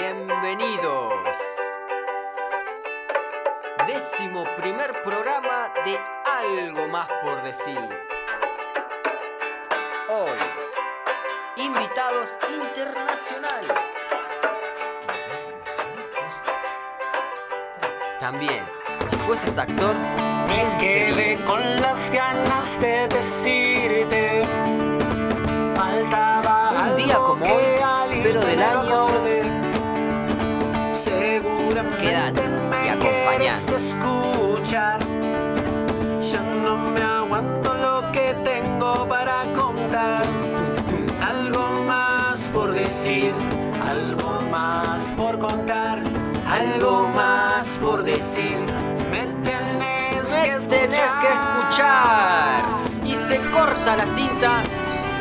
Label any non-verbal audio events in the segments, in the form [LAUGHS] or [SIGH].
Bienvenidos. Décimo primer programa de Algo más por decir. Hoy, invitados internacional. También, si fueses actor, Me ¿quién sería? quedé con las ganas de decirte. Faltaba Un día algo como que hoy, al pero del irme año- me acordé. Seguramente Quédate y me acompaña. quieres escuchar. Ya no me aguanto lo que tengo para contar. Algo más por decir, algo más por contar, algo más por decir. Me tenés, Me que, tenés escuchar. que escuchar. Y se corta la cinta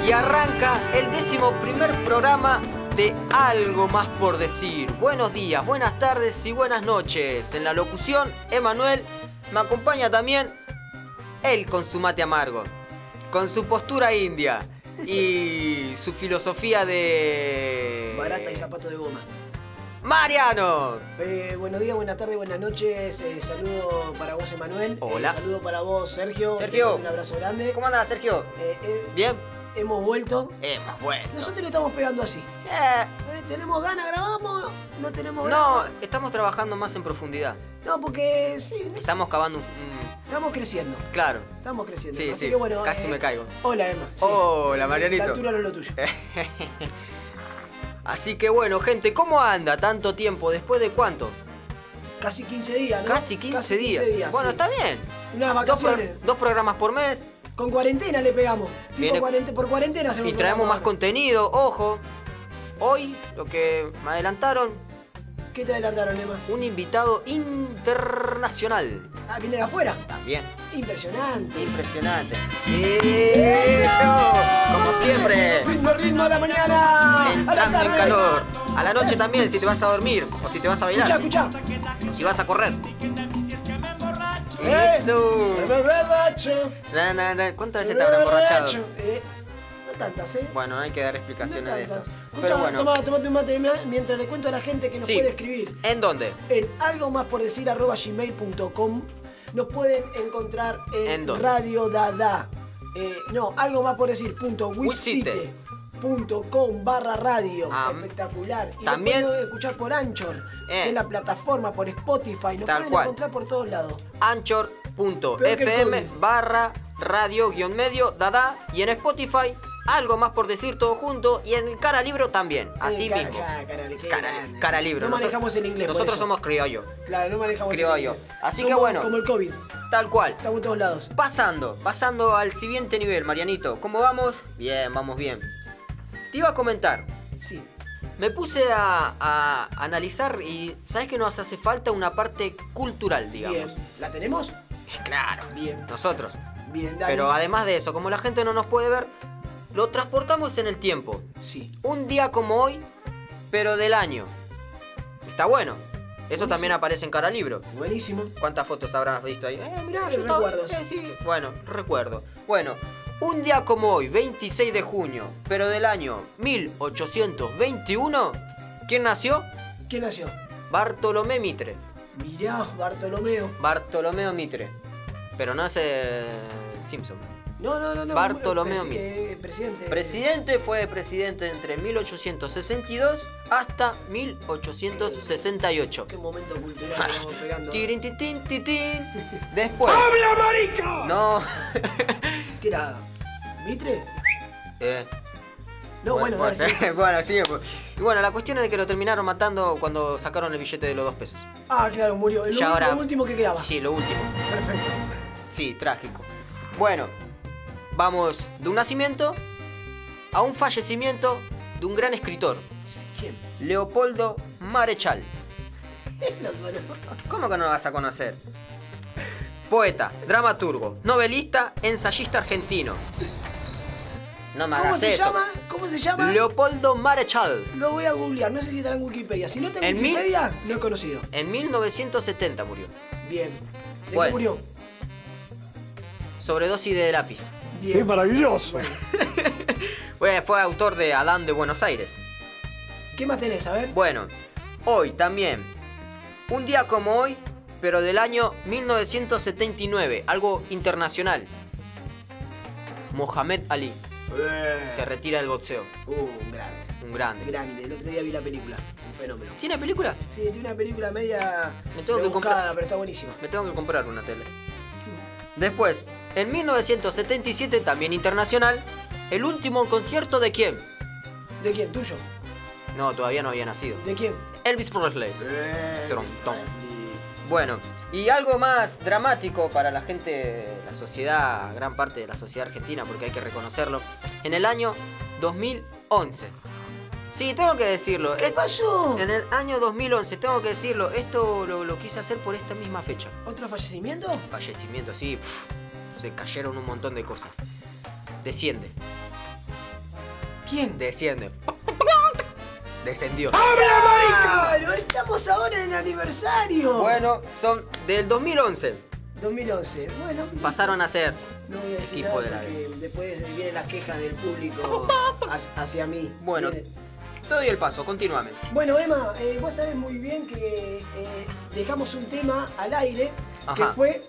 y arranca el décimo primer programa de Algo más por decir. Buenos días, buenas tardes y buenas noches. En la locución, Emanuel me acompaña también él con su mate amargo, con su postura india y su filosofía de... Barata y zapato de goma. Mariano. Eh, buenos días, buenas tardes, buenas noches. Eh, saludo para vos, Emanuel. Eh, Hola. saludo para vos, Sergio. Te Sergio. mando Un abrazo grande. ¿Cómo andas, Sergio? Eh, eh, ¿Bien? hemos vuelto. Eh, más bueno. Nosotros le estamos pegando así. Eh, Eh, tenemos ganas, grabamos. No tenemos No, ganas. estamos trabajando más en profundidad. No, porque sí, no sé. Estamos cavando un... un- Estamos creciendo. claro. Estamos creciendo. Sí, Así sí, que bueno. eh, casi me caigo. Hola, Emma. Sí. Hola, La Marianito. Eh. altura no es lo tuyo. Así que bueno, gente, ¿cómo anda tanto tiempo? ¿Después de cuánto? Casi 15 días, ¿no? Casi 15, días. Bueno, sí. está bien. Unas Dos, pro- vacaciones. dos programas por mes Con cuarentena le pegamos. Tipo Viene- cuarente- por cuarentena hacemos y traemos programa más ahora. contenido. Ojo, hoy lo que me adelantaron, ¿Qué te adelantaron, Emma? un invitado internacional. Ah, viene de afuera. También. Impresionante. Impresionante. ¡Eso! Como siempre. Ritmo, ritmo a la mañana. a la entrando en tarde. calor. A la noche también, si te vas a dormir, o si te vas a Escucha, bailar, escucha. o si vas a correr. Eh, Eso. me Borracho. Na, na, na. ¿Cuántas veces te me habrá borracho. emborrachado? Eh, no tantas, ¿eh? Bueno, no hay que dar No explicaciones de eso. tantas. Escucha, Pero bueno, toma, tomate un mate mira, mientras le cuento a la gente que nos Sí. puede escribir ¿en dónde? en algo más por decir arroba gmail.com. Nos pueden encontrar en, ¿En dónde? Radio Dada. Eh, no, algo más por decir punto Wixite. wixite punto com barra radio Ah, espectacular y también- después nos pueden escuchar por Anchor Eh. que es la plataforma por Spotify nos Tal pueden cual. encontrar por todos lados Eh, Peor que el Anchor.fm COVID. barra radio guión medio dada y en Spotify algo más por decir todo junto y en el cara libro también así Eh, cara- mismo ja, canal, qué cara, grande. cara libro no Nosotros- manejamos el inglés por nosotros eso. somos criollo claro no manejamos el criollo. inglés Así que Somos bueno. como el covid tal cual estamos en todos lados Pasando, pasando al siguiente nivel, Marianito. ¿Cómo vamos? Bien, vamos bien. Te iba a comentar. sí Me puse a, a analizar y sabes que nos hace falta una parte cultural, digamos. bien la tenemos [LAUGHS] Claro. bien Nosotros. bien dale Pero además de eso, como la gente no nos puede ver, lo transportamos en el tiempo. sí Un día como hoy, pero del año. Está bueno. Eso Buenísimo. también aparece en cara libro. buenísimo ¿Cuántas fotos habrás visto ahí? Eh, mirá, Sí, yo estaba- recuerdos. eh, sí. Bueno, recuerdo. Bueno, un día como hoy, 26 de junio, pero del año 1821, ¿quién nació? quién nació Bartolomé Mitre. Mirá, Bartolomeo. Bartolomeo Mitre. Pero no es eh, Simpson. No, no, no, no. Bartolomeo Presi- Mitre. eh, presidente. Presidente fue presidente entre 1862 hasta 1868. Qué momento cultural [LAUGHS] que estamos pegando. Tirin, tin, tin, tin, tin. Después. No. [LAUGHS] ¿Qué era? ¿Mitre? Eh. No, bueno, bueno, dale, sí. [LAUGHS] bueno, sí, pues. Y bueno, la cuestión es de que lo terminaron matando cuando sacaron el billete de los dos pesos. Ah, claro, murió. El Ya ul- ahora- lo último que quedaba. Sí, lo último. Perfecto. Sí, trágico. Bueno, vamos de un nacimiento a un fallecimiento de un gran escritor, ¿Quién? [LAUGHS] Leopoldo Marechal. Lo conozco. ¿Cómo que no lo vas a conocer? Poeta, dramaturgo, novelista, ensayista argentino. No me ¿Cómo hagas se eso. llama? ¿Cómo se llama? Leopoldo Marechal. Lo voy a googlear. No sé si estará en Wikipedia. Si no está en, ¿En mil? Wikipedia, no es conocido. En 1970 murió. Bien. ¿De Bueno. qué murió? Sobredosis de lápiz. Bien. maravilloso! Fue, fue autor de Adán de Buenos Aires. ¿Qué más tenés? A ver. Bueno, Hoy también. Un día como hoy, pero del año 1979, algo internacional. Mohamed Ali se retira del boxeo, Eh, Uh, un grande. un grande. Grande. El otro día vi la película. Un fenómeno. ¿Tiene película? Sí, tiene una película media Me tengo que rebuscada, comprar- pero está buenísima. Me tengo que comprar una tele. Después, en 1977, también internacional, el último concierto de quién? ¿De quién? ¿Tuyo? No, todavía no había nacido. ¿De quién? Elvis Presley. Trontón. Presley. Bueno, y algo más dramático para la gente, la sociedad, gran parte de la sociedad argentina, porque hay que reconocerlo, en el año 2011. Sí, tengo que decirlo. ¿Qué es- pasó? En el año 2011, tengo que decirlo, esto lo, lo quise hacer por esta misma fecha. ¿Otro fallecimiento? Fallecimiento, sí, pf, se cayeron un montón de cosas. Desciende, ¿Quién? desciende. [LAUGHS] Descendió. ¡Claro! Estamos ahora en el aniversario. Bueno, son del 2011. 2011. Bueno, Pasaron a ser no voy a decir Equipo nada de la porque después vienen las quejas del [LAUGHS] público hacia- hacia mí. Bueno, Viene- te doy el paso, continúame. Bueno, Emma, eh, vos sabés muy bien que eh, dejamos un tema al aire que Ajá. fue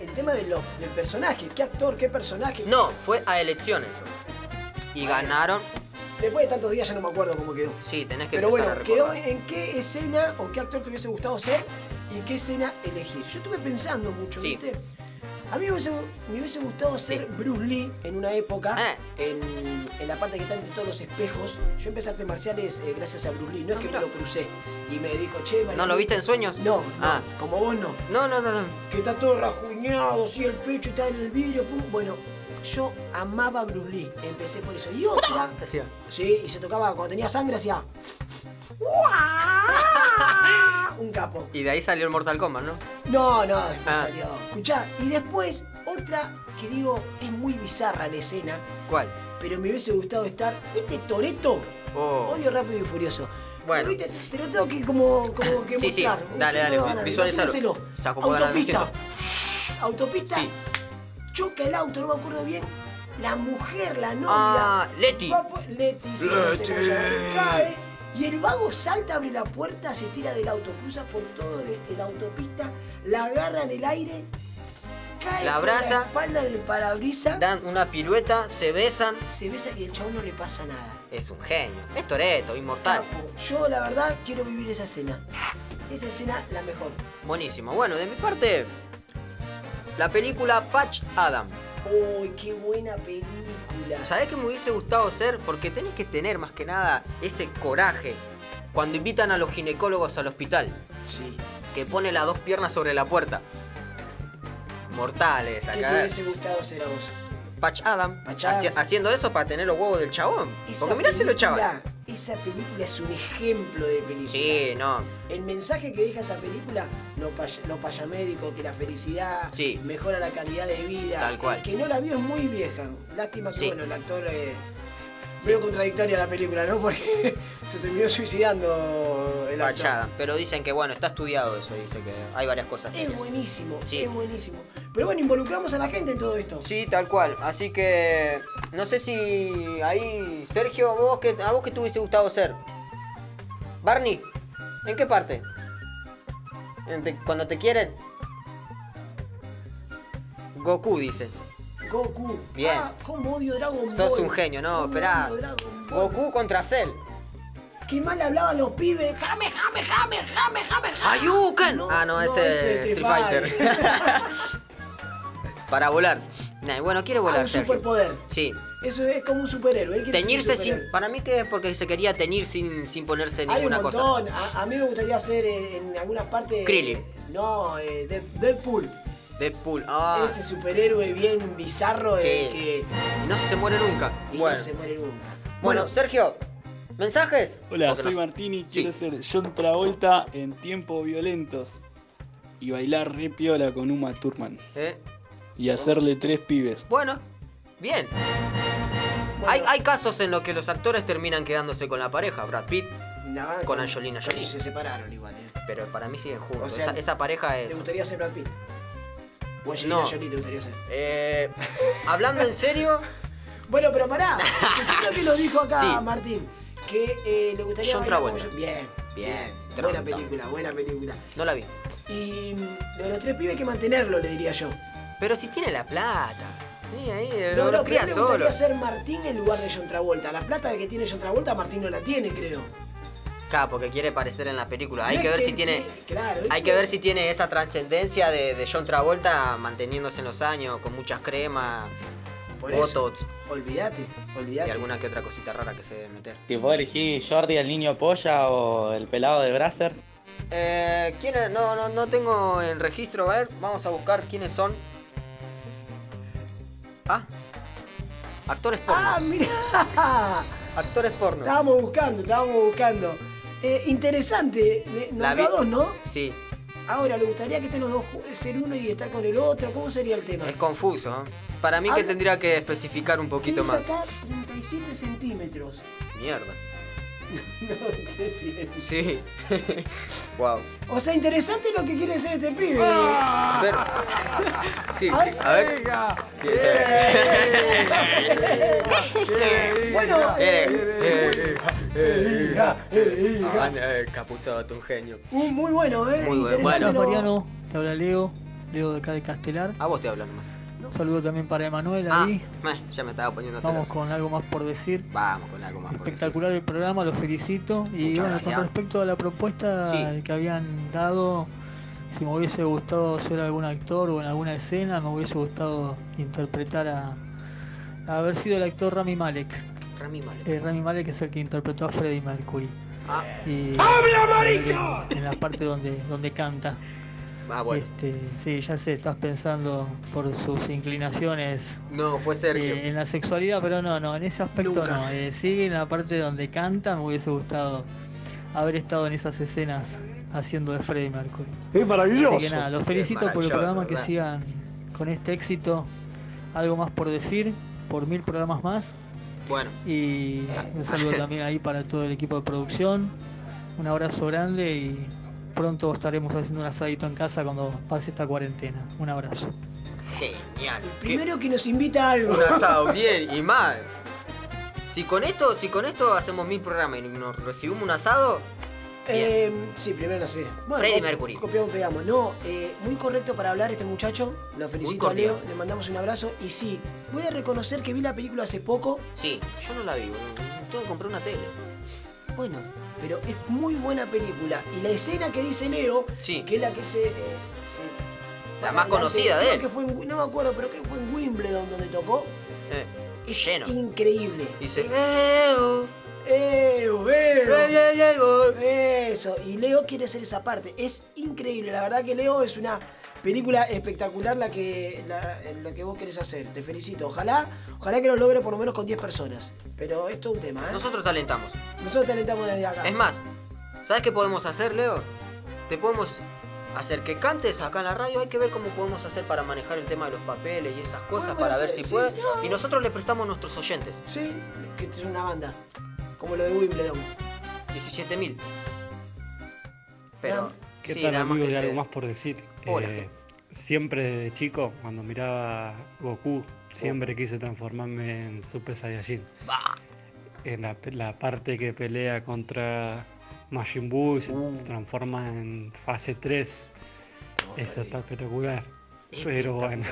el tema de los, del personaje. ¿Qué actor, qué personaje? No, fue a elecciones. Y ganaron. Después de tantos días ya no me acuerdo cómo quedó. Sí, tenés que Pero empezar bueno, a quedó recordar. en qué escena o qué actor te hubiese gustado ser y qué escena elegir. Yo estuve pensando mucho, Sí. ¿viste? A mí me hubiese, me hubiese gustado ser Bruce Lee en una época, Ah. en, en la parte que está entre todos los espejos. Yo empecé artes marciales eh, gracias a Bruce Lee, no es Ah, que mirá. me lo crucé y me dijo, che, Mariano, ¿No lo viste en sueños? No, no, Ah. como vos no. No, no, no, no. Que está todo rajuñado, así el pecho está en el vidrio. pum. Bueno, yo amaba a Bruce Lee, empecé por eso. Y otra... Ah, Decía. Sí, y se tocaba cuando tenía sangre hacía. Un capo. Y de ahí salió el Mortal Kombat, ¿no? No, no, después Ah. salió. Escuchá, y después otra que digo es muy bizarra la escena, ¿Cuál? pero me hubiese gustado estar. ¿Viste Toreto? Oh. Odio rápido y furioso. Bueno. Pero, ¿viste? te lo tengo que como, como que [LAUGHS] Sí, sí. mostrar. Dale, Ustedes dale, no van a ver. visualizalo. Imagínenselo. Se acomoda la Autopista. Autopista. Sí. Choca el auto, no me acuerdo bien. La mujer, la novia. Ah, Leti. Va por- Leti, sí, no sé cómo se llama, cae. Y el vago salta, abre la puerta, se tira del auto, cruza por todo de, de la autopista, la agarra en el aire, cae La con abraza. la espalda en el parabrisas, Dan una pirueta, se besan. se besa y el chabón no le pasa nada. Es un genio. Es Toreto, inmortal. Capo, Yo la verdad quiero vivir esa escena. Esa escena la mejor. Buenísimo. Bueno, de mi parte, la película Patch Adam. Uy, qué buena película. ¿Sabés qué me hubiese gustado ser? Porque tenés que tener más que nada ese coraje cuando invitan a los ginecólogos al hospital. Sí. que pone las dos piernas sobre la puerta. Mortales, ¿Qué te acá. hubiese gustado ser a vos? Patch Adam, Patch Adams. haci- haciendo eso para tener los huevos del chabón. Porque mirá si lo echaban. película- Esa película es un ejemplo de película. Sí, no. El mensaje que deja esa película, los paya, lo payamédicos, que la felicidad Sí. mejora la calidad de vida. Tal cual. El que no la vio es muy vieja. Lástima que, Sí. bueno, el actor... eh, Sí. Veo contradictoria la película, ¿no? Porque [LAUGHS] se terminó suicidando el Patch actor. Adam. Pero dicen que bueno, está estudiado eso, dice que hay varias cosas. Es serias. buenísimo, Sí. es buenísimo. Pero bueno, involucramos a la gente en todo esto. Sí, tal cual. Así que no sé si ahí, Sergio, vos que a vos que tuviste gustado ser. Barney, ¿en qué parte? ¿En te- cuando te quieren. Goku dice. Goku. Bien. Ah, cómo odio Dragon Ball. Sos un genio, no, Cómo esperá. odio Dragon Ball. Goku contra Cell. Qué mal hablaban los pibes. Jame, jame, jame, jame, jame, jame. ¡Ayucan! ah, no, ese es es Street Fighter. [LAUGHS] Para volar. Nah, bueno, quiere Ah, volar. un Sergio. superpoder. Sí. Eso es como un superhéroe. Él quiere ser un Teñirse sin. superhéroe. Para mí que es porque se quería teñir sin, sin ponerse Hay un ninguna cosa. montón. A, a mí me gustaría ser eh, en, algunas partes. Krillin. No, eh, Dead- Deadpool. Deadpool. Ah. Ese superhéroe bien bizarro Sí. eh, que Y no se muere nunca. y Bueno. no se muere nunca. Bueno, Sergio, ¿mensajes? Hola, Porque soy nos- Martín y Sí. quiero ser John Travolta en Tiempos Violentos y bailar re piola con Uma Thurman Eh, y hacerle tres pibes. Bueno, bien. Bueno, Hay, hay casos en los que los actores terminan quedándose con la pareja. Brad Pitt, la banca- con Angelina Jolie. Se separaron igual. eh. pero para mí siguen juntos. O sea, esa, esa pareja es. ¿Te gustaría ser Brad Pitt? ¿O Angelina No. Jolie te gustaría ser? Eh, hablando en serio, Bueno, [LAUGHS] pero pará. Creo que lo dijo acá Sí. Martín. Que eh, le gustaría. John bailar con- Travolta. Bien. Bien. Buena Tronto. película, buena película. No la vi. Y mm, lo de los tres pibes hay que mantenerlo, le diría yo. Pero si tiene la plata. Sí, ahí, No, lo, no, lo pero cría a mí me solo. gustaría ser Martín en lugar de John Travolta. La plata que tiene John Travolta, Martín no la tiene, creo. Claro, porque quiere parecer en la película. Hay No que es ver si tiene. Claro, Hay que ver si tiene esa trascendencia de, de John Travolta manteniéndose en los años, con muchas cremas, Por eso, botox olvídate, y olvídate. alguna que otra cosita rara que se debe meter. Que puedo elegir Jordi el niño polla o el pelado de Brazzers. Eh, ¿quién es? No, no, no tengo el registro, a ver, vamos a buscar quiénes son. Ah, actores porno. Ah, mirá. [LAUGHS] actores porno. Estábamos buscando, estábamos buscando. Eh, interesante, de- nos La da vi- dos, ¿no? Sí, Ahora, ¿le gustaría que estén los dos, ju- ser uno y estar con el otro? ¿Cómo sería el tema? es confuso. ¿eh? Para mí que Habla- tendría que especificar un poquito Pesa más. acá 37 centímetros. [LAUGHS] Mierda. No sé si es. Sí. [LAUGHS] wow. O sea, interesante lo que quiere hacer este pibe. Ah, Pero- Sí, Ah. Ay, a ver. Sí, sí. Bueno, [LAUGHS] Eh, eh, eh, hija, el hija. Ah, eh, Capuzoto, un genio. Un- muy bueno, ¿eh? Muy bueno. interesante Bueno. lo- Mariano, te habla Leo, Leo de acá de Castelar. A vos te hablo nomás. Un saludo también para Emanuel Ah, ahí. meh, ya me estaba poniendo Vamos celoso. con algo más por decir. Vamos con algo más. por decir. Espectacular el programa, los felicito. Y Muchas bueno, gracias. con respecto a la propuesta Sí. que habían dado, si me hubiese gustado ser algún actor o en alguna escena, me hubiese gustado interpretar a, a haber sido el actor Rami Malek. Rami Malek. Eh, Rami Malek es el que interpretó a Freddie Mercury. Ah. Y, En, en la parte donde, donde canta. Ah, bueno. Este, sí, ya sé, estás pensando por sus inclinaciones No, fue eh, Sergio. en la sexualidad, pero no, no, en ese aspecto Nunca. no. Eh, sí, en la parte donde canta me hubiese gustado haber estado en esas escenas haciendo de Freddie Mercury. Es Así que maravilloso. nada, los felicito por el programa, que sigan con este éxito. Algo más por decir, por mil programas más. Bueno, Y un saludo también ahí para todo el equipo de producción. Un abrazo grande y pronto estaremos haciendo un asadito en casa cuando pase esta cuarentena. Un abrazo. genial. Qué- Primero que nos invita a algo. Un asado bien y mal. Si con esto, si con esto hacemos mil programas y nos recibimos un asado, Eh, sí, primero no sé. Bueno, Freddie cop- Mercury. Copiamos, pegamos. No, eh, muy correcto para hablar este muchacho. Lo felicito a cordial. Leo, le mandamos un abrazo. Y sí, voy a reconocer que vi la película hace poco, sí, yo no la vi, boludo. Tengo que comprar una tele. Bueno, pero es muy buena película. Y la escena que dice Leo, sí. que es la que se. eh, se- La más conocida de que- creo él. Que fue en Wi- no me acuerdo, pero que fue en Wimbledon donde tocó. Eh, Es Lleno. increíble. dice. Es- "Eh, oh, ¡Eh, eh". eh, eh, eh, oh". Eso, y Leo quiere hacer esa parte. Es increíble, la verdad que Leo es una película espectacular la que, la- lo que vos querés hacer. Te felicito. Ojalá, ojalá que lo logre por lo menos con 10 personas. Pero esto es un tema, ¿eh? Nosotros Nosotros, talentamos. te alentamos desde acá. Es más, ¿sabes qué podemos hacer, Leo? Te podemos hacer que cantes acá en la radio. Hay que ver cómo podemos hacer para manejar el tema de los papeles y esas cosas Podemos para ver hacer- si sí, puede. sí, no. Y nosotros le prestamos a nuestros oyentes. Sí, que es una banda. Como lo de Wimbledon. 17.000. Pero. Ah. ¿Qué sí, tal, nada más amigos que de se- algo más por decir? Hola. Eh, siempre desde chico, cuando miraba Goku, siempre quise transformarme en Super Saiyajin. En la, pe- la parte que pelea contra Majin Buu y se transforma en fase 3. Eso está espectacular. Pero bueno,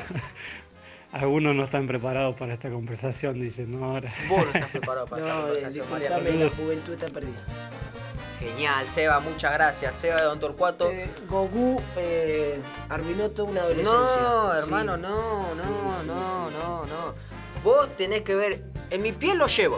[LAUGHS] algunos no están preparados para esta conversación, dicen, no, ahora. Vos no estás preparado [LAUGHS] para esta No, eh, conversación, María. disculpame, la juventud está perdida. Genial, Seba, muchas gracias. Seba de Don Torcuato. Eh, Goku eh, arruinó toda una adolescencia. No, Sí. hermano, no, no, Sí, sí, no, sí, no, no. Vos tenés que ver. En mi piel lo llevo.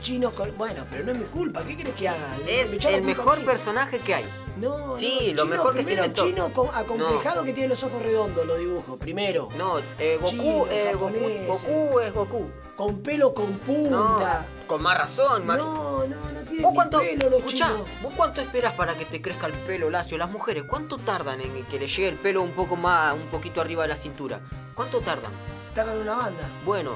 Chino, con- bueno, pero no es mi culpa. ¿Qué crees que haga? Me Es echó la el culpa a mejor mí. personaje que hay. No, Sí, no, lo mejor que se primero, inventó. chino co- acomplejado que tiene los ojos redondos, los dibujos. Primero, No, eh, Goku, Chino, eh, Goku, japonés, Goku es Goku. con pelo con No, punta. con más razón, No, Maki. no, no, tiene ¿Vos cuánto, pelo los escuchá, chinos. ¿Vos cuánto esperas para que te crezca el pelo lacio? Las mujeres, ¿cuánto tardan en que le llegue el pelo un poco más, un poquito arriba de la cintura? ¿Cuánto tardan? Tardan una banda. Bueno,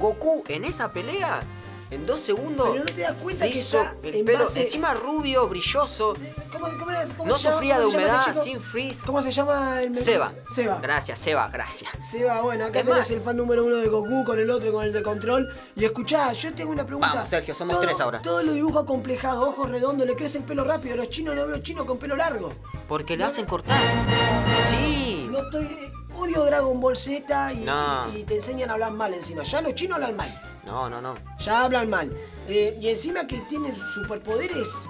Goku en esa pelea En dos segundos Pero no te das cuenta se que hizo está el en pelo base- encima rubio, brilloso. ¿Cómo, cómo era- cómo No se llama- sufría de cómo se llama humedad, este chico? sin frizz. ¿Cómo se llama el Seba. Seba. Gracias, Seba, gracias. Seba, bueno, acá Es tenés más- el fan número uno de Goku con el otro, con el de Control. Y escuchá, yo tengo una pregunta. Vamos, Sergio, somos Todo- tres ahora. Todo lo dibujo acomplejado, ojos redondos, le crece el pelo rápido. Los chinos no veo chinos con pelo largo. Porque lo hacen cortar. Sí. No estoy. eh, Odio Dragon Ball Z y, No. y te enseñan a hablar mal encima. Ya los chinos hablan mal. No, no, no. Ya hablan mal. Eh, y encima que tienen superpoderes.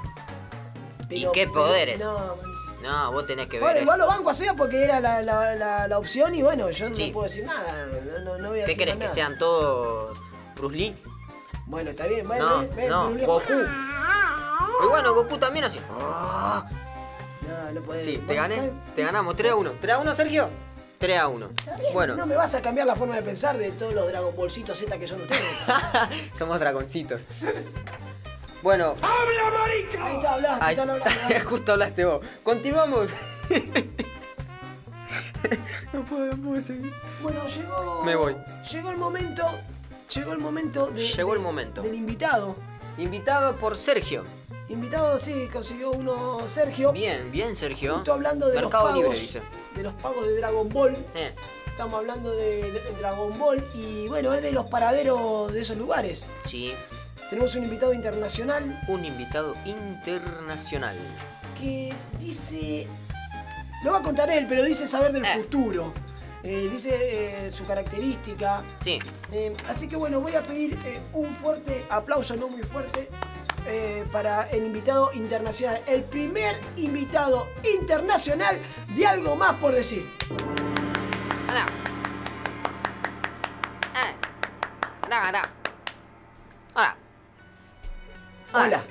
¿Y qué poderes? No, buenísimo. No, vos tenés que ver Bueno, eso. igual lo banco a Seba porque era la, la- la- la opción y bueno, yo Sí. no puedo decir nada. No, no, no voy a ¿Qué decir querés más que nada. sean todos Bruce Lee? Bueno, está bien, bueno, No, eh, ven, no, Brulia. Goku. Y bueno, Goku también así. No, no podés. Sí, te Bueno, está gané. bien. Te ganamos 3 a 1. ¿3 Eh, a 1, Sergio? 3 a 1. No Bueno, me vas a cambiar la forma de pensar de todos los Dragon Ballcitos Z que son [LAUGHS] ustedes. [LAUGHS] somos dragoncitos. Bueno, Ahí está, hablaste, Ay, están hablando. [LAUGHS] hablaste. justo hablaste vos. Continuamos. [LAUGHS] no puedo, no puedo seguir. Bueno, llegó. Me voy. Llegó el momento. Llegó el momento de- Llegó el de- momento. Del invitado. Invitado por Sergio. Invitado, sí, consiguió uno Sergio. Bien, bien, Sergio. Justo hablando de Mercado los Libre, pagos. dice. de los pagos de Dragon Ball. Eh, Estamos hablando de, de Dragon Ball. Y bueno, es de los paraderos de esos lugares. sí, Tenemos un invitado internacional. un invitado internacional. que dice. Lo va a contar él, pero dice saber del Eh. futuro. Eh, dice eh, su característica. Sí, Eh, así que bueno, voy a pedir eh, un fuerte aplauso, no muy fuerte, eh, para el invitado internacional. El primer invitado internacional de algo más por decir. Andá. Eh. Andá, andá. Hola. Ah, Hola.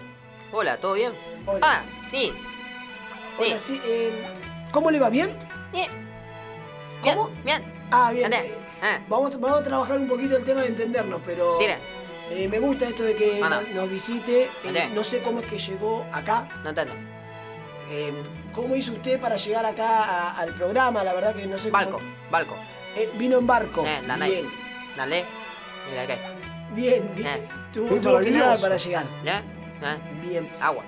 Hola, ¿todo bien? Hola. Ah, sí. Hola, sí. eh, ¿Cómo le va? ¿Bien? Sí. ¿Cómo? Bien, bien. Ah, bien. Andá. eh, Ah, vamos, vamos a trabajar un poquito el tema de entendernos, pero. tira. eh, me gusta esto de que Andá. nos visite. eh, Andá. no sé cómo es que llegó acá. No tanto. Eh, ¿Cómo hizo usted para llegar acá a- al programa? La verdad que no sé Balco, cómo. Balco. Eh, vino en barco. Eh, la nai. bien, Dale. Mira acá. bien, bien. Eh. Tuvo, Fue tuvo que nadar maravilloso. para llegar. ¿Ya? ¿Ya? Bien. ¿Eh? Agua.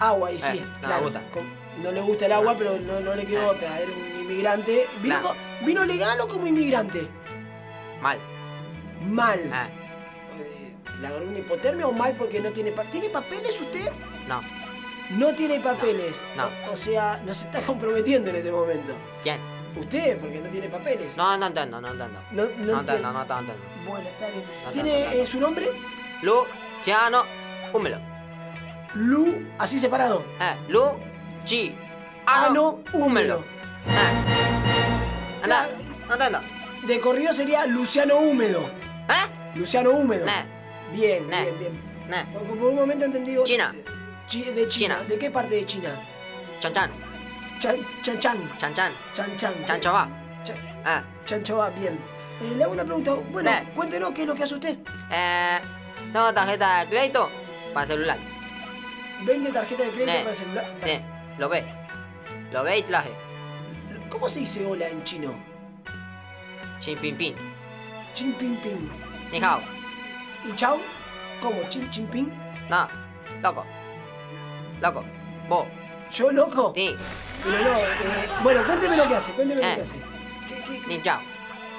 Agua, y sí. Eh, no claro. le gusta. Com- No le gusta el agua, pero no, no le quedó Eh. otra. Era un inmigrante. ¿Vino, Claro. co- vino legal o como inmigrante? Mal. Mal. Ah, Eh, ¿Le agarró una hipotermia o mal porque no tiene papeles? ¿Tiene papeles usted? no. No tiene papeles. No. O, o sea, nos está comprometiendo en este momento. ¿Quién? Usted, porque no tiene papeles. No, no entiendo, no entiendo. No, no No entiendo. entiendo, no entiendo. no. Bueno, está bien. no, ¿Tiene no, no. eh, su nombre? Luciano, húmelo. Lu, así separado. Eh, Lu, Chi. Ano, Ah, húmelo. húmelo. Eh. Anda, Claro. no entiendo. De corrido sería Luciano Húmedo. ¿Eh? Luciano Húmedo. Ne, Bien, Nah. bien, bien. ne. Porque por un momento entendí. digo, China. Chi- de China. China. ¿De qué parte de China? Chan chan, Chan chan chan. chan chan, Chan chan. chan chan va. Chan- Eh, Chan chabá, bien. Eh, le hago una pregunta. Bueno, Nah. cuéntenos qué es lo que hace usted. eh, tengo tarjeta de crédito para celular. ¿Vende tarjeta de crédito Nah. para celular? Sí, lo ve. Lo ve y traje. ¿Cómo se dice hola en chino? Chin pin pin. Chin ping ping. Ni hao. ¿Y chao? ¿Cómo? ¿Chin chin ping? No, loco. Loco. Vos. ¿Yo loco? Sí, Pero no, eh, bueno, cuénteme lo que hace, cuénteme Eh. lo que hace. ¿Qué, qué, qué? ni chao.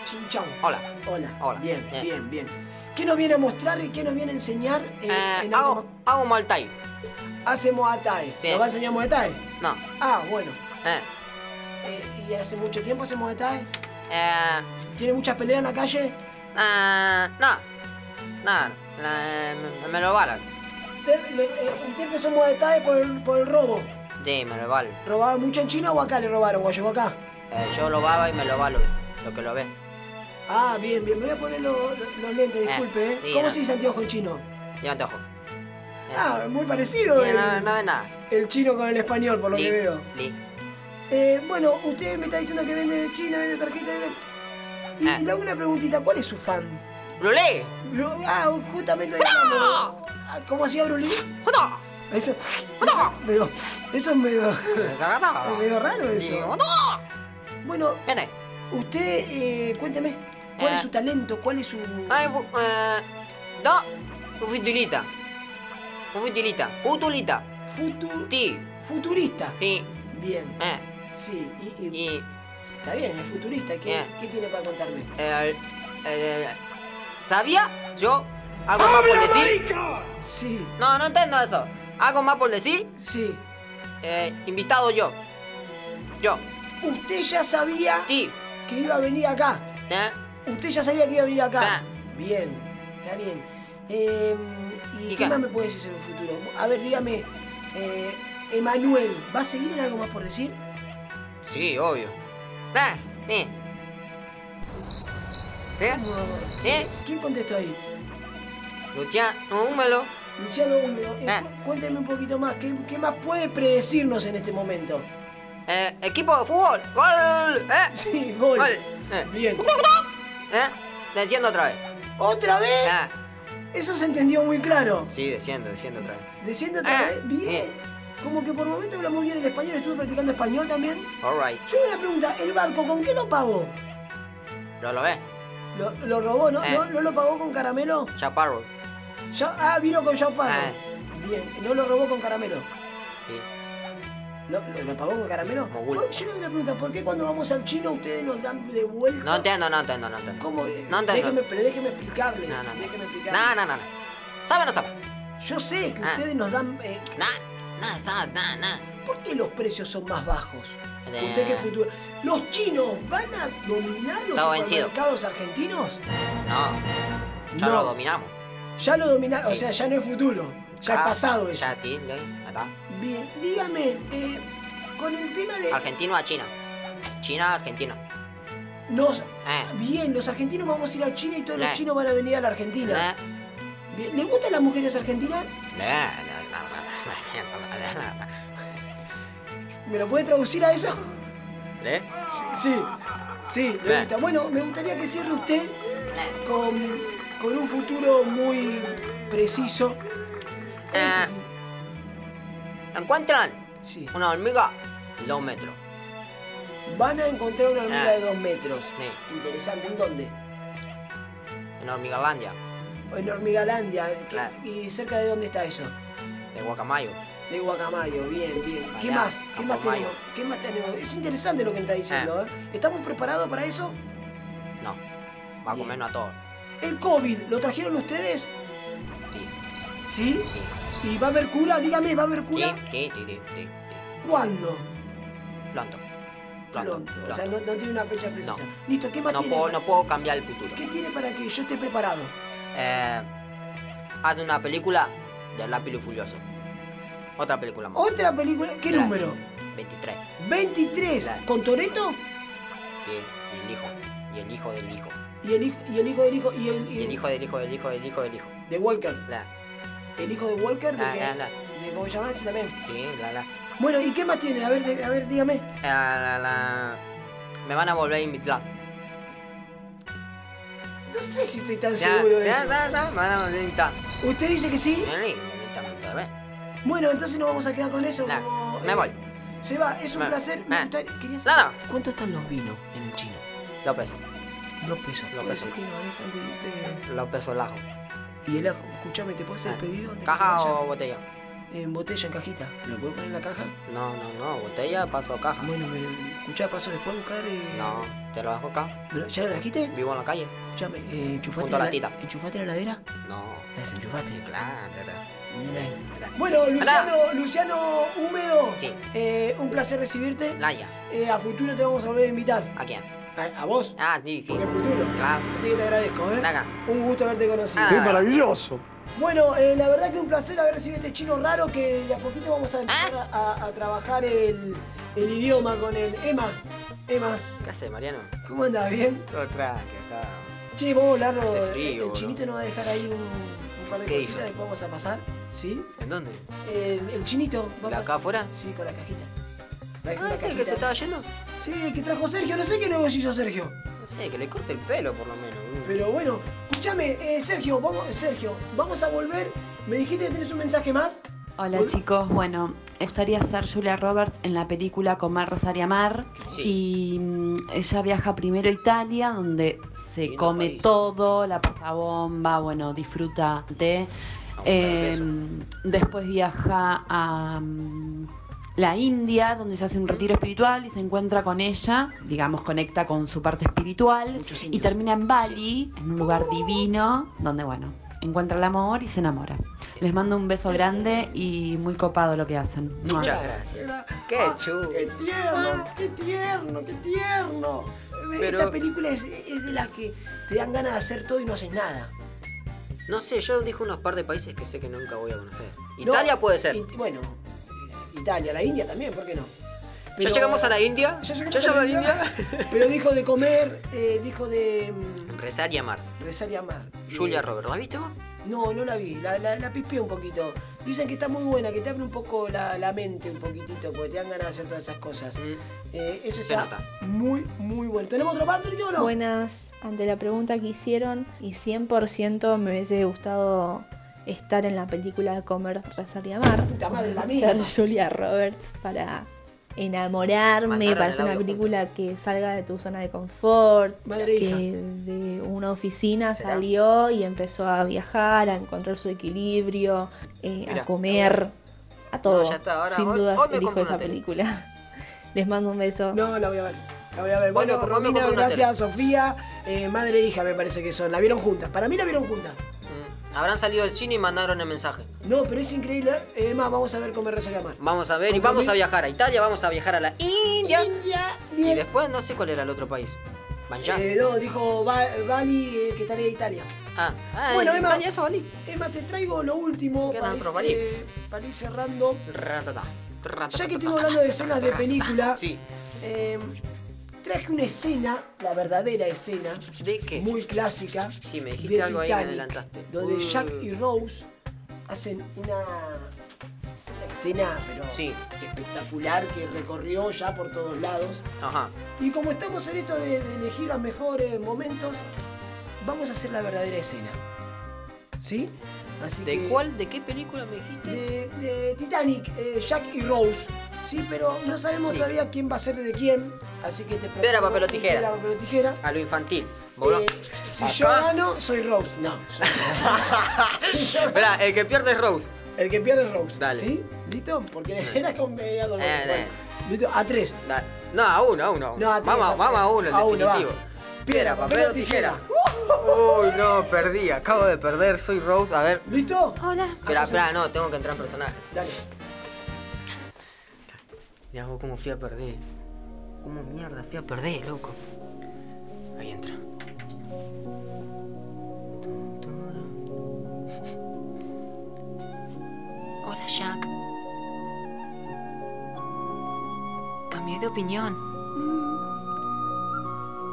Chin chau. Hola. Hola. Hola. Bien, Eh. bien, bien. ¿Qué nos viene a mostrar y qué nos viene a enseñar eh, Eh, en algo hago, hago Muay Thai. más? Hace Muay Thai. Sí. ¿Nos va a enseñar Muay Thai? No. Ah, bueno. Eh, Eh, ¿Y hace mucho tiempo hace Muay Thai? eh, ¿Tiene muchas peleas en la calle? eh, no. Nada. eh, me, me lo balan. ¿Usted, le- eh, usted empezó Muay Thai por, el- por el robo? Sí, me lo balan. ¿Robaba mucho en China o acá le robaron o llegó acá? Eh, yo lo baba y me lo balo. Lo que lo ve. Ah, bien, bien. Me voy a poner lo- lo- los lentes, Eh, disculpe. ¿eh? sí, ¿Cómo no. se dice anteojo en chino? Yo anteojo. Ah, muy parecido Sí, el, Eh, no, no ve nada. el chino con el español, por lo Li- que veo. li. Eh, bueno, usted me está diciendo que vende de China, vende tarjeta de... Y Ah. le hago una preguntita, ¿cuál es su fan? ¡Brulé! Lo- ah, justamente hoy hablamos. Ah, ¿Cómo hacía Brulí? ¡Jodo! Eso, eso- pero eso es [LAUGHS] medio, es medio raro eso. ¡Jodo! Bueno, Vete. usted, eh, cuénteme, ¿cuál Ah. es su talento? ¿Cuál es su...? Ay, bu- eh, do, Futilita. Futilita. Futilita. Futu- Ti. futurista. Sí. Bien. Eh. Sí, y, y- Y. está bien, es futurista. ¿Qué, Bien. qué tiene para contarme? eh, eh, ¿Sabía? Yo hago más por decir. Sí, No, no entiendo eso. Hago más por decir. sí. eh, invitado yo. Yo. Usted ya sabía Ti. que iba a venir acá. Eh, Usted ya sabía que iba a venir acá. Sí. Bien, está bien. Eh, ¿Y, ¿Y qué qué? más me puede decir sobre el futuro? A ver, dígame, eh, Emanuel, ¿va a seguir en algo más por decir? Sí, obvio. Eh, eh. Eh, No. eh. ¿Quién contestó ahí? Luciano, húmelo. Luciano Húmedo, eh, Ah. cu- cuénteme un poquito más, ¿qué, qué más puede predecirnos en este momento? [LAUGHS] Eh, equipo de fútbol. Gol. Eh. Sí, gol. Gol. Eh. Bien. ¿Eh? Desciendo otra vez. ¿Otra vez? Ah, Eso se entendió muy claro. sí, desciendo, desciendo otra vez. Desciende otra Ah. vez, bien. Como que por momento habla muy bien el español, estuve practicando español también. Alright. Yo una pregunta, ¿el barco con qué lo pagó? ¿Lo lo ves? ¿Lo, lo robó, no? Ah. no? ¿No lo pagó con caramelo? Chaparro. Ya- ah, vino con champán. Ah. Bien, no lo robó con caramelo. Sí. ¿Lo, lo, lo pagó con caramelo? Mogul. ¿Por- yo le hago una pregunta, ¿por qué cuando vamos al chino ustedes nos dan de vuelta? No entiendo, no entiendo, no entiendo. ¿Cómo? eh? No entiendo. déjeme, pero déjeme explicarle. No, no, no. Déjeme explicarle. No, no, no, no. ¿Sabe o no sabe? Yo sé que Ah. ustedes nos dan. eh, Nada, nada, sabe, nada, nada. ¿Por qué los precios son más bajos? Eh. Usted que futuro. ¿Los chinos van a dominar los Todo vencido. supermercados argentinos? No, ya lo dominamos. Ya lo dominaron, o Sí. sea, ya no es futuro. Ya es Ah, pasado eso. Ya, sí, ley, ya está. Bien, dígame, eh, con el tema de. Argentino a China. China a Argentina. Nos Eh. Bien, los argentinos vamos a ir a China y todos Eh. los chinos van a venir a la Argentina. Le- Bien, ¿Le gustan las mujeres argentinas? le- ¿Me lo puede traducir a eso? [LAUGHS] le- Sí, sí, sí, le Eh. gusta. Bueno, me gustaría que cierre usted le- con, con un futuro muy preciso. Eh. Encuentran Sí, una hormiga dos metros. van a encontrar una hormiga Eh. de dos metros. Sí. Interesante, ¿en dónde? En Hormigalandia, En Hormigalandia. ¿Qué- Eh. ¿Y cerca de dónde está eso? de Guacamayo. De Guacamayo, bien, bien. ¿Qué Pará, más? ¿Qué más Guacamayo. tenemos? ¿Qué más tenemos? Es interesante lo que me está diciendo, Ah. ¿eh? ¿Estamos preparados para eso? No, va a Bien. comernos a todos. El COVID, ¿lo trajeron ustedes? Sí, ¿Sí? sí, ¿Y va a haber cura? Dígame, ¿va a haber sí, cura? sí, sí, sí, sí, sí. ¿Cuándo? Pronto. Pronto. Pronto. pronto. O sea, no, no tiene una fecha precisa. No. Listo, ¿qué más no, tiene? puedo, no puedo cambiar el futuro. ¿Qué tiene para que yo esté preparado? Eh, haz una película de Rápido y Furioso. Otra película más. Otra película, ¿qué Claro. número? 23. 23. Claro. ¿Con Toreto? Sí, y el hijo. Y el hijo del hijo. Y el, hijo, y el hijo del hijo. Y el, Y el hijo del hijo del hijo del hijo del hijo. de Walker. La, ¿El hijo de Walker? ¿De, Claro, que- claro, de cómo se llama ese también? sí, la, la. Bueno, ¿y qué más tiene? A ver, de- a ver dígame. Eh, la, la. Me van a volver a invitar. No sé si estoy tan Ya, seguro de ya, Eh. eso. ya, ya, me van a volver a invitar. ¿Usted dice que sí? Vení, invítame otra vez. Bueno, entonces nos vamos a quedar con eso. Nah, como, eh, me voy. Se va, es un Me- placer. Me me- gustaría- quería No, saber- no, ¿Cuánto están los vinos en el chino? López. Dos pesos. Dos Puede pesos. ser que nos dejan de irte. López Olajo. Y el ajo, escúchame, ¿te puedo hacer Ah. pedido? antes que ¿Caja te o vayas? botella? En botella, en cajita. ¿Lo puedo poner en la caja? No, no, no, botella, paso caja. Bueno, me escuchá, paso después a buscar. eh, No, te lo dejo acá. pero, ¿Ya lo trajiste? Vivo en la calle. Escuchame, eh, enchufaste, Junto a la hela- tita. ¿enchufaste la heladera? No, La desenchufaste. claro, te- te- Bien ahí. te- Bueno, Luciano, Luciano Húmedo, Sí. eh, un placer recibirte. Laia, Eh, a futuro te vamos a volver a invitar. ¿a quién? A, a vos, Ah, sí, sí. porque es futuro. Claro. Así que te agradezco, ¿eh? Nada. Un gusto haberte conocido. Ah. maravilloso! Bueno, eh, la verdad que un placer haber recibido este chino raro que de a poquito vamos ¿Ah? a empezar a, a trabajar el, el idioma con el Emma. Emma, ¿Qué haces, Mariano? ¿cómo andás? ¿bien? Todo tranqui acá. Che, vamos a hablarnos. Hace frío, el chinito nos va a dejar ahí un, un par de ¿Qué cositas hizo? que vamos a pasar. ¿Sí? ¿En dónde? El, el chinito. va a ¿La pas- acá afuera? Sí, con la cajita. Va a dejar Ah, una ¿qué? ¿Que cajita. se estaba yendo? Sí, el que trajo Sergio, no sé qué negocio hizo Sergio. No sé, que le corte el pelo por lo menos. Pero bueno, escúchame, eh, Sergio, vamos, Sergio, vamos a volver. Me dijiste que tenés un mensaje más. Hola Hola. chicos, bueno, gustaría ser Julia Roberts en la película Comer, Rosaria Mar Sí. y mm, ella viaja primero a Italia donde se Lindo come país. todo, la pasa bomba, bueno, disfruta de. Vamos a Eh, hablar de eso. después viaja a mm, la India, donde se hace un retiro espiritual y se encuentra con ella, digamos, conecta con su parte espiritual. Muchos Y indios. termina en Bali, en un lugar divino, donde, bueno, encuentra el amor y se enamora. Les mando un beso grande y muy copado lo que hacen. Mua. Muchas gracias. Qué Ah, chulo. ¡Qué tierno! ¡Qué tierno! ¡Qué tierno! Eh, Pero- Esta película es, es de las que te dan ganas de hacer todo y no haces nada. No sé, yo dije unos par de países que sé que nunca voy a conocer. No, Italia puede ser. It- bueno, Italia, la India también, ¿por qué no? ¿Ya Pero- llegamos a la India? Ya ¿Ya llegamos llegamos a la India. India? Pero dijo de comer, eh, dijo de mm, Rezar y amar. rezar y amar. Julia Eh, Roberts, ¿la viste vos? No, no la vi, la, la, la pispeé un poquito. Dicen que está muy buena, que te abre un poco la, la mente un poquitito, porque te dan ganas de hacer todas esas cosas. Mm. Eh, eso Se está muy, muy bueno. ¿Tenemos otro pan, Sergio, o no? Buenas, ante la pregunta que hicieron, y 100% me hubiese gustado estar en la película Comer, Rezar y Amar. Puta madre, [LAUGHS] la misma. Ser Julia Roberts para enamorarme, Mandaron para el hacer una audio película que salga de tu zona de confort, Madre e que hija. de una oficina ¿Será? salió y empezó a viajar, a encontrar su equilibrio, eh, Mirá. a comer, a todo. ya está, ahora Sin hoy- dudas hoy me elijo compro esa una tele. película. [LAUGHS] Les mando un beso. No, la voy a ver. La voy a ver. Bueno, Bueno, como me Romina, compro una gracias, Sofía. eh, madre e hija me parece que son. La vieron juntas. Para mí la vieron juntas. Mm. Habrán salido del cine y mandaron el mensaje. No, pero es increíble. Es más, vamos a ver cómo rezar y amar. Vamos a ver y vamos a viajar a Italia, vamos a viajar a la India. India. Y después no sé cuál era el otro país. Banja. Eh, no, dijo Ba- Bali eh, que está en Italia. Ah, ah, bueno, en Emma. Italia eso valí. Emma, te traigo lo último ¿Qué para era ir, otro Bali? eh, para ir cerrando. Ratata, ratata, Ya que estamos hablando de escenas de película, Sí. eh, traje una escena, la verdadera escena, ¿De qué? muy clásica, Sí, me de dijiste algo ahí, me Titanic, adelantaste. donde Uh. Jack y Rose hacen una, una escena, pero Sí. espectacular, que recorrió ya por todos lados. Ajá. Y como estamos en esto de, de elegir los mejores momentos, vamos a hacer la verdadera escena. ¿Sí? Así ¿De que- cuál? ¿De qué película me dijiste? de, de Titanic, eh, Jack y Rose. Sí, pero no sabemos Sí. todavía quién va a ser de quién, así que te Piedra, papel o tijera. Piedra, papel o tijera. A lo infantil. Boludo. Eh, si yo Acá. gano, soy Rose. No, [LAUGHS] soy- si yo- Esperá, el que pierde es Rose. el que pierde es Rose. Dale. ¿Sí? ¿Listo? Porque era con media con- Eh, bueno. eh. ¿Listo? A tres. Da- No, a uno, a uno. a uno. No, a tres, vamos, a tres. vamos a uno, en A uno, definitivo. va. Piedra, papel o tijera. Uy, no, perdí. Acabo de perder. Soy Rose. A ver. ¿Listo? Hola. Espera, espera, no, tengo que entrar en personaje. Dale. Mirá vos cómo fui a perder. ¿Cómo mierda fui a perder, loco? Ahí entra. [LAUGHS] Hola, Jack. Cambié de opinión.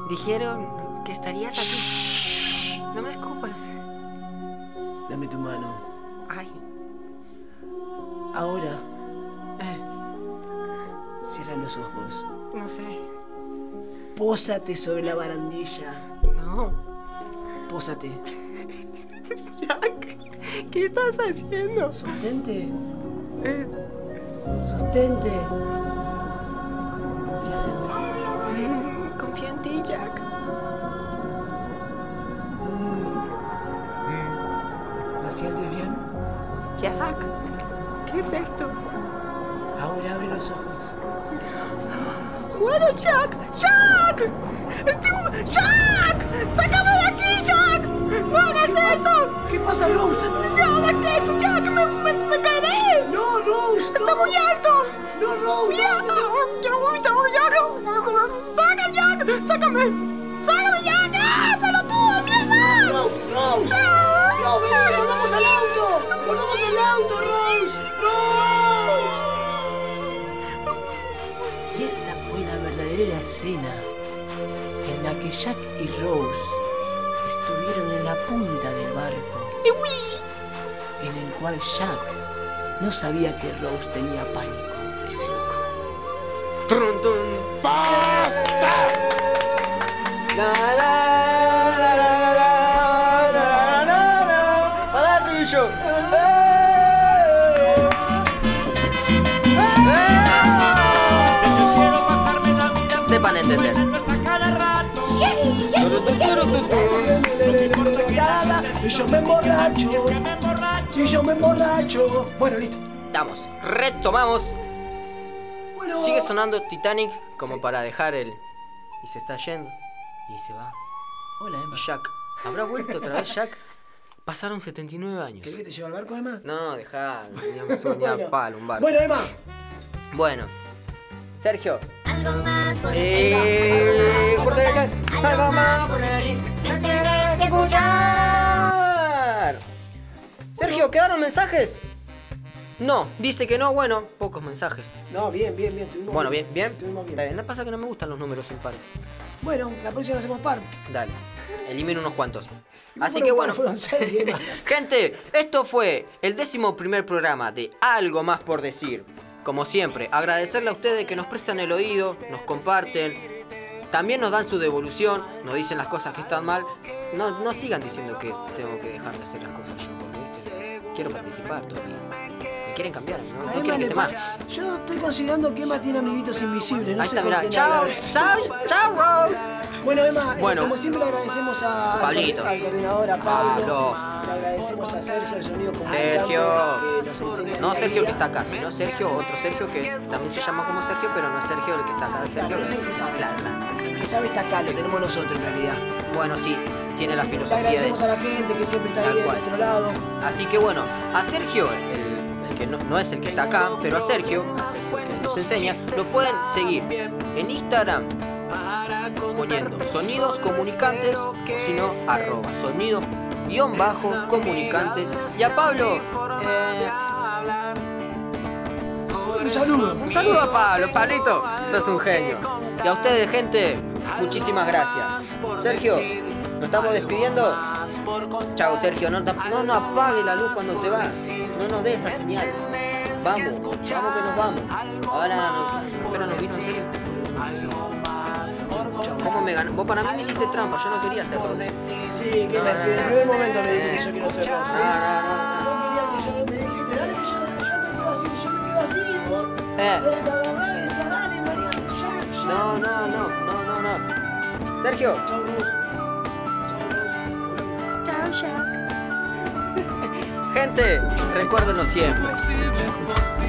Dijeron que estarías aquí. No me escupas. Dame tu mano. Ay. Ahora, eh, cierra los ojos. no sé. Pósate sobre la barandilla. No. Pósate. Jack, [LAUGHS] ¿qué estás haciendo? Sostente. Eh, Sostente. Confías en mí. mm, Confía en ti, Jack. Mm. ¿La sientes bien? Jack, ¿qué es esto? Ahora abre los ojos. Bueno, Jack, Jack, Estoy- Jack, sácame de aquí, Jack, no hagas eso, ¿Qué pasa, Rose? no hagas eso, Jack, me, me, me caeré, ¡No, Rose! ¡No, está muy alto, no Rose! mira, quiero vomitar, Jack, saca, Jack, sácame, sácame, Jack, ah, pelotudo, mierda, ¡Rose! ¡Rose! ¡No, vení! ¡Volvamos al auto! ¡Volvamos al auto, Rose! ¡Rose! Y esta fue la verdadera escena en la que Jack y Rose estuvieron en la punta del barco. en el cual Jack no sabía que Rose tenía pánico escénico. Trun, tun. La, la, la, la, la, la, la, la, la. Pará, Trujillo. ¡Eh! ¡Eh! Sepan entender. a cada rato. Turun, tun, turun, tun, turun. emborracho, si yo me emborracho. Bueno, listo. Damos, retomamos. Sigue sonando Titanic como para dejar el. Y se está yendo. Y se va. Ah. Hola, Emma. Jack. ¿Habrá vuelto otra vez Jack? Pasaron 79 años. ¿Querés que te lleve al barco, Emma? No, dejá. [LAUGHS] Teníamos que soñar Bueno. palo, un barco. Bueno, Emma. Bueno. Sergio. Eh, por tener que- Algo más por decir. Me tenés que escuchar. Sergio, ¿quedaron mensajes? No, dice que no, bueno, pocos mensajes. No, bien, bien, bien. tuvimos Bueno, bien, bien. tuvimos bien. Está bien, no pasa que no me gustan los números impares. Bueno, la próxima hacemos par. Dale, elimino unos cuantos. Así Bueno, que par bueno, Fueron [LAUGHS] seis, Emma. gente, esto fue el décimo primer programa de Algo Más por Decir. Como siempre, agradecerle a ustedes que nos prestan el oído, nos comparten, también nos dan su devolución, nos dicen las cosas que están mal. No, no sigan diciendo que tengo que dejar de hacer las cosas yo, porque ¿viste? quiero participar todavía. Me quieren cambiar, no, A no Emma quieren que le esté más. pasa- pues, Yo estoy considerando que Emma tiene amiguitos invisibles. No Ahí sé está, con mirá. quién Chao, hablar. chao, chao, Rose. Bueno, Emma, eh, Bueno. como siempre le agradecemos a, Pablito. al coordinador, a Pablo. Pablo. Le agradecemos a Sergio de Sonido Comunicante, Sergio. que nos enseña No ese Sergio que día. está acá, sino Sergio, otro Sergio que es- también se llama como Sergio, pero no es Sergio el que está acá, es Sergio. Claro, es el que sabe. Claro, claro. El que sabe está acá, lo tenemos nosotros en realidad. Bueno, sí, tiene la Le filosofía agradecemos de... a la gente que siempre está Tal ahí de cual. nuestro lado. Así que bueno, a Sergio, el, el que no, no es el que está acá, pero a Sergio, a Sergio que nos enseña, lo pueden seguir en Instagram poniendo sonidos comunicantes, o si no, arroba sonidos guión bajo comunicantes. Y a Pablo, eh, Un saludo. Un saludo a Pablo, Pablito, sos un genio. Y a ustedes, gente, muchísimas gracias. Sergio, nos estamos despidiendo. Chao, Sergio, no, tap- no nos apague la luz cuando te vas. No nos des esa señal. Vamos, vamos que nos vamos. Ahora nos espera nos vino en serio. ¿Cómo me ganó? Vos para mí me hiciste trampa, yo no quería hacerlo. Sí, que No, me no, si no. en Ah. el primer momento me dice que yo quiero ser Rob, ¿sí? No, No quería que yo- me dijiste, dale, que yo- yo me quedo así, yo me quedo así, vos. Eh. Pero te agarré y me decía, dale, Mariano, ya, ya. no, no, no, no, no, no, no. Sergio, Chau, Luz. Chau, Luz. Chao, Jack. gente, recuérdenlo siempre. Imposible es posible.